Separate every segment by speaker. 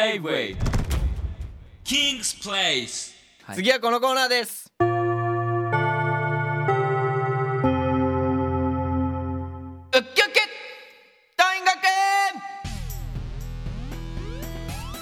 Speaker 1: J-Way King's Place
Speaker 2: はい
Speaker 3: 次はこのコーナーですうっきゅっきゅ桐蔭学園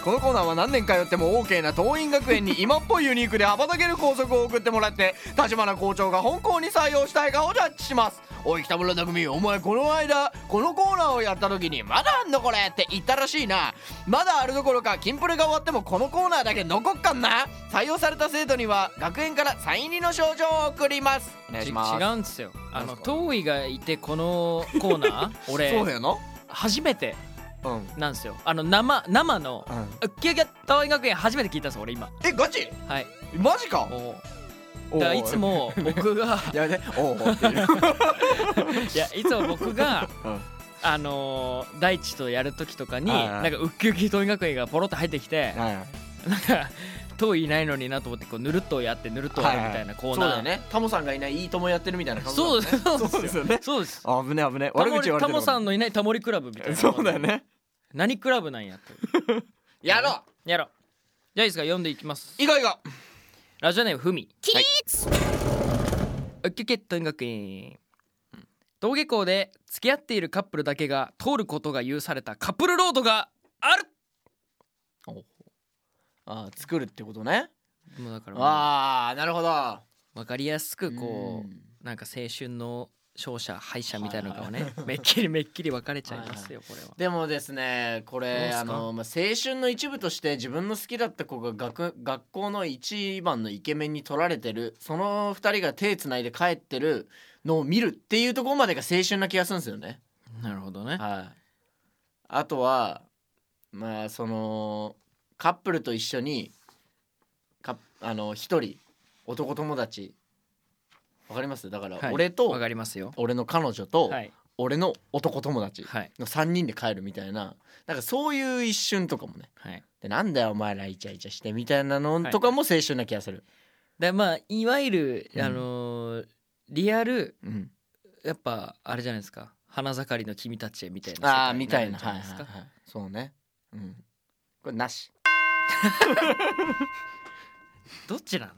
Speaker 3: このコーナーは何年通っても OK な桐蔭学園に今っぽいユニークで羽ばたける校則を送ってもらって立花校長が本校に採用したいかをジャッジしますおい北村匠お前この間このコーナーをやった時にまだあんのこれって言ったらしいなまだあるどころかキンプレが終わってもこのコーナーだけ残っかんな採用された生徒には学園からサイン入りの賞状を送りますお願い
Speaker 2: ち
Speaker 3: します
Speaker 2: 違うんですよあ
Speaker 3: な
Speaker 2: の
Speaker 3: んすか
Speaker 2: 遠いがいてこのコーナー
Speaker 3: そうだ
Speaker 2: 俺
Speaker 3: よな
Speaker 2: 初めて
Speaker 3: うん、
Speaker 2: なんですよあの生生の
Speaker 3: うん、
Speaker 2: 「うっきゅうきゅ桐蔭学園」初めて聞いたんです俺今
Speaker 3: えガチ
Speaker 2: はい
Speaker 3: マジか
Speaker 2: も
Speaker 3: お
Speaker 2: う
Speaker 3: う
Speaker 2: だからいつも僕が
Speaker 3: やめておうおうってい
Speaker 2: い
Speaker 3: う
Speaker 2: やいつも僕が
Speaker 3: うん
Speaker 2: あのー大地とやる時とかに
Speaker 3: はいはい
Speaker 2: なんか「うっきゅうきゅ桐蔭学園」がポロッと入ってきて
Speaker 3: はいはい
Speaker 2: なんか遠いいないのになと思ってこうぬるっとやってぬるっとやるみたいなコーナー
Speaker 3: ねタモさんがいないいいともやってるみたいな
Speaker 2: そう
Speaker 3: だ
Speaker 2: で
Speaker 3: ね
Speaker 2: す
Speaker 3: そうですよね
Speaker 2: そうです
Speaker 3: 危ね危ね
Speaker 2: タ
Speaker 3: 悪
Speaker 2: モ
Speaker 3: 口
Speaker 2: リ
Speaker 3: 言われ
Speaker 2: タ
Speaker 3: てる
Speaker 2: モさんのいないタモリクラブみたいな
Speaker 3: そうだよね
Speaker 2: 何クラブなんやって
Speaker 3: やろう
Speaker 2: やろうじゃあいいですか読んでいきます
Speaker 3: 以外が
Speaker 2: ラジオネームふみキッズケット音楽院登下校で付き合っているカップルだけが通ることが許されたカップルロードがある
Speaker 3: あー作るってことね
Speaker 2: もうだからわ
Speaker 3: あーなるほど
Speaker 2: かりやすくこう、
Speaker 3: う
Speaker 2: なんか青春の勝者敗者みたいなのが ねめっきりめっきり分かれちゃいますよこれは
Speaker 3: でもですねこ
Speaker 2: どう
Speaker 3: れ
Speaker 2: ですか
Speaker 3: あの、まあ、青春の一部として自分の好きだった子が学学校の一番のイケメンに取られてるその二人が手つないで帰ってるのを見るっていうところまでが青春な気がするんですよね
Speaker 2: なるほどね
Speaker 3: はい、あとはまあそのカップルと一緒にかあの一人男友達わかりますだから
Speaker 2: はい
Speaker 3: 俺と、
Speaker 2: 分かりますよ
Speaker 3: 俺の彼女と、
Speaker 2: はい
Speaker 3: 俺の男友達
Speaker 2: はい
Speaker 3: の3人で帰るみたいななんかそういう一瞬とかもね
Speaker 2: はい
Speaker 3: でなんだよお前らイチャイチャしてみたいなのとかも青春な気がする、
Speaker 2: でまあいわゆる、
Speaker 3: うん
Speaker 2: あのーリアル
Speaker 3: うん、
Speaker 2: やっぱあれじゃないですか花盛りの君たちへみたいな
Speaker 3: ああーみたいな
Speaker 2: 世界
Speaker 3: はい
Speaker 2: に
Speaker 3: はい
Speaker 2: るんじゃない
Speaker 3: は
Speaker 2: いですか
Speaker 3: そうね、うん、これなし
Speaker 2: どっちな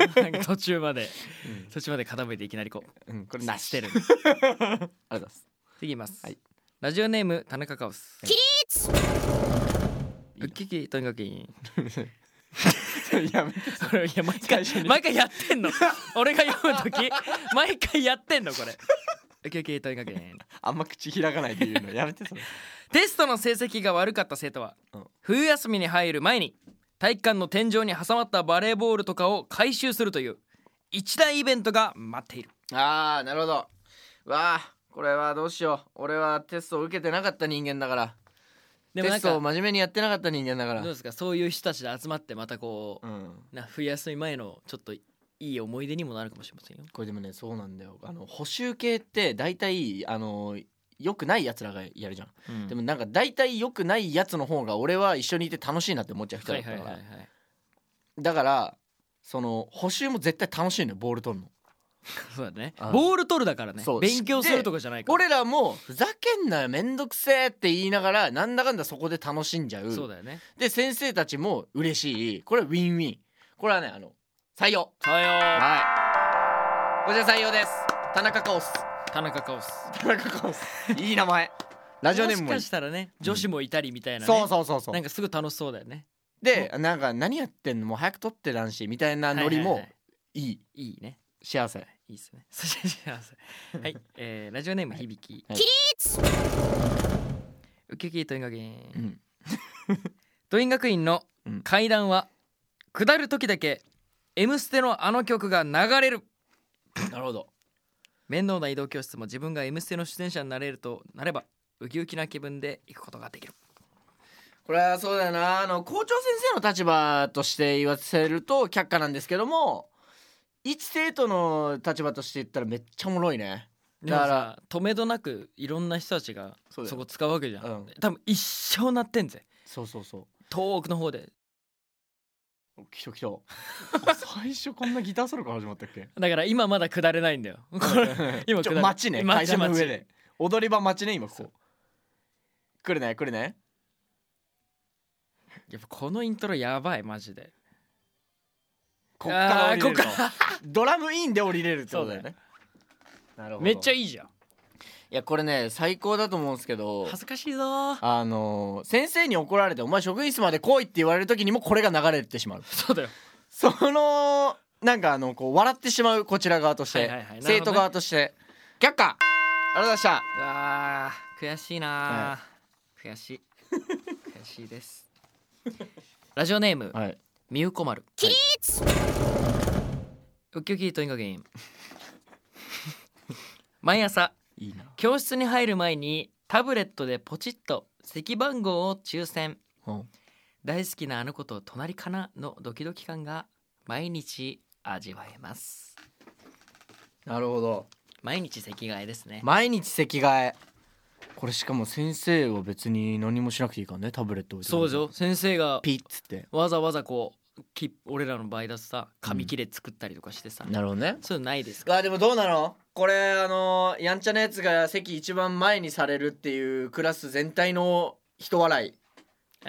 Speaker 2: のなんか途中まで
Speaker 3: うん
Speaker 2: 途中まで固めていきなりこう
Speaker 3: うん、これなし
Speaker 2: してる
Speaker 3: ありがとうございます
Speaker 2: 次いきます、
Speaker 3: はい
Speaker 2: ラジオネーム田中カオス
Speaker 3: キ
Speaker 2: うっききとにかくい い
Speaker 3: やめて
Speaker 2: これいや毎
Speaker 3: 最
Speaker 2: 回
Speaker 3: 初に
Speaker 2: 毎回やってんの俺が読む時毎回やってんのこれうっききとにかくいい
Speaker 3: あんま口開かないで言うのやめてそれ
Speaker 2: テストの成績が悪かった生徒は、
Speaker 3: うん
Speaker 2: 冬休みに入る前に体育館の天井に挟まったバレーボールとかを回収するという一大イベントが待っている
Speaker 3: ああなるほどわあこれはどうしよう俺はテストを受けてなかった人間だから
Speaker 2: でもな
Speaker 3: テ
Speaker 2: ん
Speaker 3: スト
Speaker 2: か
Speaker 3: を真面目にやってなかった人間だか
Speaker 2: どう
Speaker 3: ら
Speaker 2: ですかそういう人たちで集まってまたこう、
Speaker 3: うん
Speaker 2: な冬休み前のちょっといい思い出にもなるかもしれませんよ
Speaker 3: これでもねそうなんだよあの補習系って大体あの良くないやつらがやるじゃん、でもなんか大体良くないやつの方が俺は一緒にいて楽しいなって思っちゃう人
Speaker 2: は
Speaker 3: だっ
Speaker 2: い
Speaker 3: た
Speaker 2: は
Speaker 3: か
Speaker 2: い
Speaker 3: ら、
Speaker 2: はいはい
Speaker 3: だからその補習も絶対楽しいのよボール取るの
Speaker 2: そうだね
Speaker 3: うん
Speaker 2: ボール取るだからね
Speaker 3: そう
Speaker 2: 勉強するとかじゃないから
Speaker 3: 俺らもふざけんなよめんどくせえって言いながらなんだかんだそこで楽しんじゃ
Speaker 2: そうだよね
Speaker 3: で先生たちも嬉しいこれはウィンウィンこれはねあの採用
Speaker 2: はよ
Speaker 3: はいこちら採用です田中カオス
Speaker 2: 田中カオス
Speaker 3: 田中カオスいい名前ラジオネーム
Speaker 2: も
Speaker 3: も
Speaker 2: し
Speaker 3: いい
Speaker 2: かしたらね女子もいたりみたいなね
Speaker 3: そうそうそうそう
Speaker 2: なんかすぐ楽しそうだよね
Speaker 3: でなんか何やってんのもう早く撮ってらんしみたいなノリ
Speaker 2: は
Speaker 3: も
Speaker 2: いはい
Speaker 3: いい,、
Speaker 2: はいいいね
Speaker 3: 幸せ
Speaker 2: いいですね。 そして幸せはい、えー、ラジオネーム響き。
Speaker 3: はい
Speaker 2: 起立ウキウキトイン学
Speaker 3: う
Speaker 2: 院。
Speaker 3: ん
Speaker 2: トイン学院の
Speaker 3: うん
Speaker 2: 階段は、下る時だけ、M ステのあの曲が流れる。
Speaker 3: なるほど
Speaker 2: 面倒な移動教室も自分が M ステの出演者になれるとなれば、ウキウキな気分で行くことができる。
Speaker 3: これはそうだよなあの校長先生の立場として言わせると却下なんですけども一生徒の立場として言ったらめっちゃおもろいね
Speaker 2: だか、
Speaker 3: だから
Speaker 2: 止めどなくいろんな人たちが
Speaker 3: そうだよ
Speaker 2: そこ使うわけじゃん。
Speaker 3: うん
Speaker 2: 多分一生なってんぜ。
Speaker 3: そうそうそう
Speaker 2: 遠くの方で。
Speaker 3: 来た来た 最初こんなギターソロから始まったっ け
Speaker 2: だから今まだ下れないんだよ。 これ今
Speaker 3: ち
Speaker 2: 下
Speaker 3: ょ
Speaker 2: れ
Speaker 3: 街ね
Speaker 2: 街
Speaker 3: 階段の
Speaker 2: 街
Speaker 3: 上で踊り場街ね今こ
Speaker 2: そう
Speaker 3: こ来るね来るね
Speaker 2: やっぱこのイントロやばいマジで
Speaker 3: こっから
Speaker 2: あ
Speaker 3: 降りれるの
Speaker 2: ーこっか
Speaker 3: ドラムインで降りれるってことだよねなるほど
Speaker 2: めっちゃ
Speaker 3: い
Speaker 2: いいじゃん
Speaker 3: やこれね最高だと思うんですけど
Speaker 2: 恥ずかしいぞー
Speaker 3: あのー先生に怒られて「お前職員室まで来い」って言われる時にもこれが流れてしまう
Speaker 2: そうだよ
Speaker 3: そのなんかあのこう笑ってしまうこちら側として、
Speaker 2: はいはいはいなるほどね
Speaker 3: 生徒側として却下ありがとうございました
Speaker 2: あー悔しいな
Speaker 3: は
Speaker 2: ー、悔 しい悔しいですラジオネーム
Speaker 3: はい
Speaker 2: みゆこまる起立ウッキウキとにかくいい 毎朝
Speaker 3: いいな
Speaker 2: 教室に入る前にタブレットでポチッと席番号を抽選
Speaker 3: うん
Speaker 2: 大好きなあの子と隣かなのドキドキ感が毎日味わえます
Speaker 3: なるほど
Speaker 2: 毎日席替えですね、
Speaker 3: 毎日席替えこれしかも先生は別に何もしなくていいからねタブレット置いて
Speaker 2: そうですよ先生が
Speaker 3: ピッつって
Speaker 2: わざわざこうき俺らの場合だとさ紙切れ作ったりとかしてさ、
Speaker 3: なるほどね
Speaker 2: そういうのないですか
Speaker 3: わでもどうなのこれあのやんちゃなやつが席一番前にされるっていうクラス全体の人笑い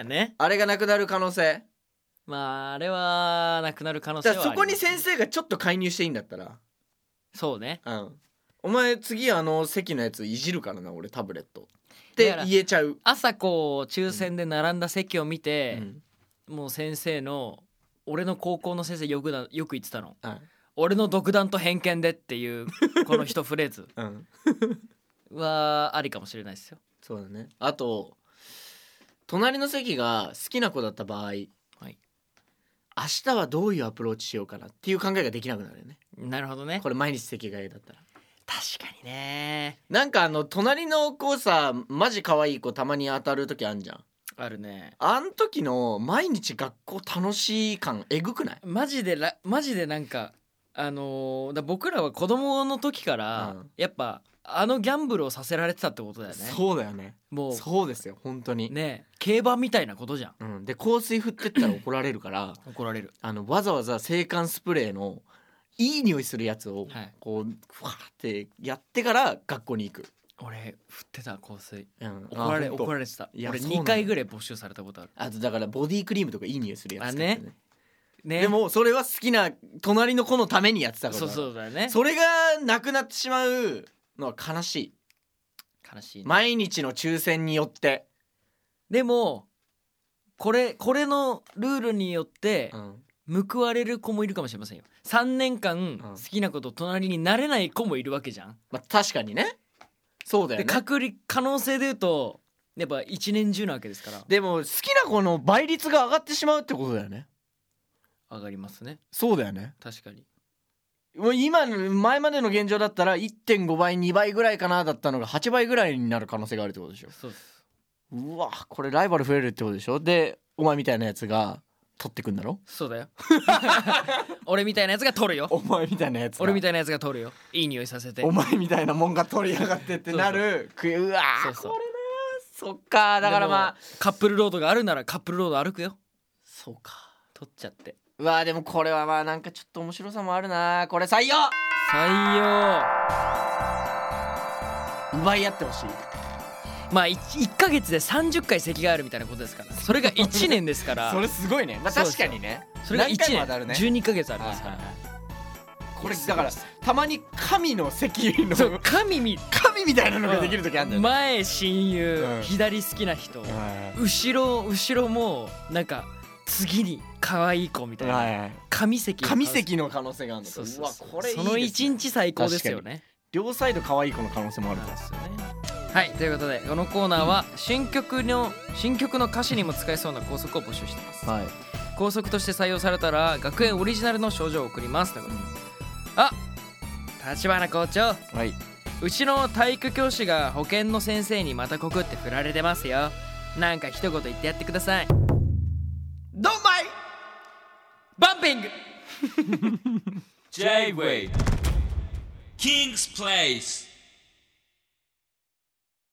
Speaker 2: ね
Speaker 3: あれがなくなる可能性
Speaker 2: まああれはなくなる可能性は
Speaker 3: だ
Speaker 2: あ
Speaker 3: か
Speaker 2: り
Speaker 3: ら
Speaker 2: ます
Speaker 3: そこに先生がちょっと介入していいんだったら
Speaker 2: そうね
Speaker 3: うんお前次あの席のやついじるからな俺タブレットって
Speaker 2: だから
Speaker 3: 言えちゃう、
Speaker 2: 朝こう抽選で並んだ席を見
Speaker 3: う
Speaker 2: て、
Speaker 3: ん
Speaker 2: もう先生の俺の高校の先生よくだよく言ってたの
Speaker 3: はい
Speaker 2: 俺の独断と偏見でって いうこの一フレーズ
Speaker 3: うん、
Speaker 2: はありかもしれないですよ
Speaker 3: そうだねあと隣の席が好きな子だった場合、明日はどういうアプローチしようかなっていう考えができなくなるよね
Speaker 2: なるほどね
Speaker 3: これ毎日席替えだったら
Speaker 2: 確かにね
Speaker 3: なんかあの隣の子さマジ可愛い子たまに当たる時あんじゃん
Speaker 2: あるね
Speaker 3: あん時の毎日学校楽しい感えぐくない
Speaker 2: マジでらマジでなんかあのーだ僕らは子供の時から、
Speaker 3: うん
Speaker 2: やっぱあのギャンブルをさせられてたってことだよね
Speaker 3: そうだよね
Speaker 2: もう
Speaker 3: そうですよ本当に、
Speaker 2: ねえ競馬みたいなことじゃん
Speaker 3: うん、で香水振ってったら怒られるから
Speaker 2: 怒られる
Speaker 3: あのわざわざ制汗スプレーのいい匂いするやつを
Speaker 2: はい
Speaker 3: こうふわーってやってから学校に行く、
Speaker 2: 俺振ってた香水
Speaker 3: うん、
Speaker 2: 怒られ
Speaker 3: あほんと
Speaker 2: 怒られてた
Speaker 3: いや
Speaker 2: 俺
Speaker 3: そうなんだ
Speaker 2: 2回ぐらい募集されたことある
Speaker 3: あとだからボディクリームとかいい匂いするやつ使って
Speaker 2: あねね
Speaker 3: でもそれは好きな隣の子のためにやってたから
Speaker 2: そうそうだよね
Speaker 3: それがなくなってしまうのは悲しい
Speaker 2: 悲しいね
Speaker 3: 毎日の抽選によって、
Speaker 2: でもこれこれのルールによって
Speaker 3: ん、
Speaker 2: 報われる子もいるかもしれませんよ3年間
Speaker 3: うん
Speaker 2: 好きな子と隣になれない子もいるわけじゃん
Speaker 3: まあ確かにねそうだよ
Speaker 2: で
Speaker 3: ね
Speaker 2: 隔離可能性で言うとやっぱ一年中なわけですから
Speaker 3: でも好きな子の倍率が上がってしまうってことだよね
Speaker 2: 上がりますね
Speaker 3: そうだよね
Speaker 2: 確かに
Speaker 3: もう今の前までの現状だったら1.5倍2倍ぐらいかなだったのが8倍ぐらいになる可能性があるってことでしょ
Speaker 2: そうです
Speaker 3: うわこれライバル増えるってことでしょでお前みたいなやつが取ってくんだろ
Speaker 2: そうだよ 俺みたいなやつが取るよ
Speaker 3: お前みたいなやつ
Speaker 2: 俺み
Speaker 3: た
Speaker 2: たいなやつが取るよいい匂いさせて
Speaker 3: お前みたいなもんが取りやがってってなるくうわー
Speaker 2: そうそう
Speaker 3: これなそっかだからまあ
Speaker 2: でもカップルロードがあるならカップルロード歩くよ
Speaker 3: そうか
Speaker 2: 取っちゃって
Speaker 3: うわーでもこれはまあなんかちょっと面白さもあるなこれ採用
Speaker 2: 採用
Speaker 3: 奪い合ってほしい
Speaker 2: まあ 1, ヶ月で30回席があるみたいなことですからそれが1年ですから
Speaker 3: それすごいねま あ
Speaker 2: そうで
Speaker 3: 確
Speaker 2: すよ
Speaker 3: かにね
Speaker 2: それが1
Speaker 3: 何回も当たる
Speaker 2: 年、
Speaker 3: ね
Speaker 2: 12ヶ月ありますから、
Speaker 3: はいはいこれだからたまに神の席の
Speaker 2: そう神み
Speaker 3: 神みたいなのができる時あるんだよね、
Speaker 2: 前親友、
Speaker 3: うん
Speaker 2: 左好きな人、
Speaker 3: は
Speaker 2: 後ろ後ろもなんか次に可愛い子みたい
Speaker 3: い
Speaker 2: な、
Speaker 3: はいはい
Speaker 2: 神席
Speaker 3: 神席の可能性があるのか
Speaker 2: そうそうそう
Speaker 3: わこれいいです
Speaker 2: その
Speaker 3: ね
Speaker 2: 一日最高ですよね
Speaker 3: 両サイド可愛い子の可能性もある
Speaker 2: なんですよねはいということでこのコーナーは新曲の新曲の歌詞にも使えそうな校則を募集しています
Speaker 3: はい
Speaker 2: 校則として採用されたら学園オリジナルの賞状を送りますということであ立花校長
Speaker 3: はいう
Speaker 2: ちの体育教師が保健の先生にまた告って振られてますよなんか一言言ってやってください
Speaker 3: ドンマイ
Speaker 2: バンピング
Speaker 1: J-Way King's Place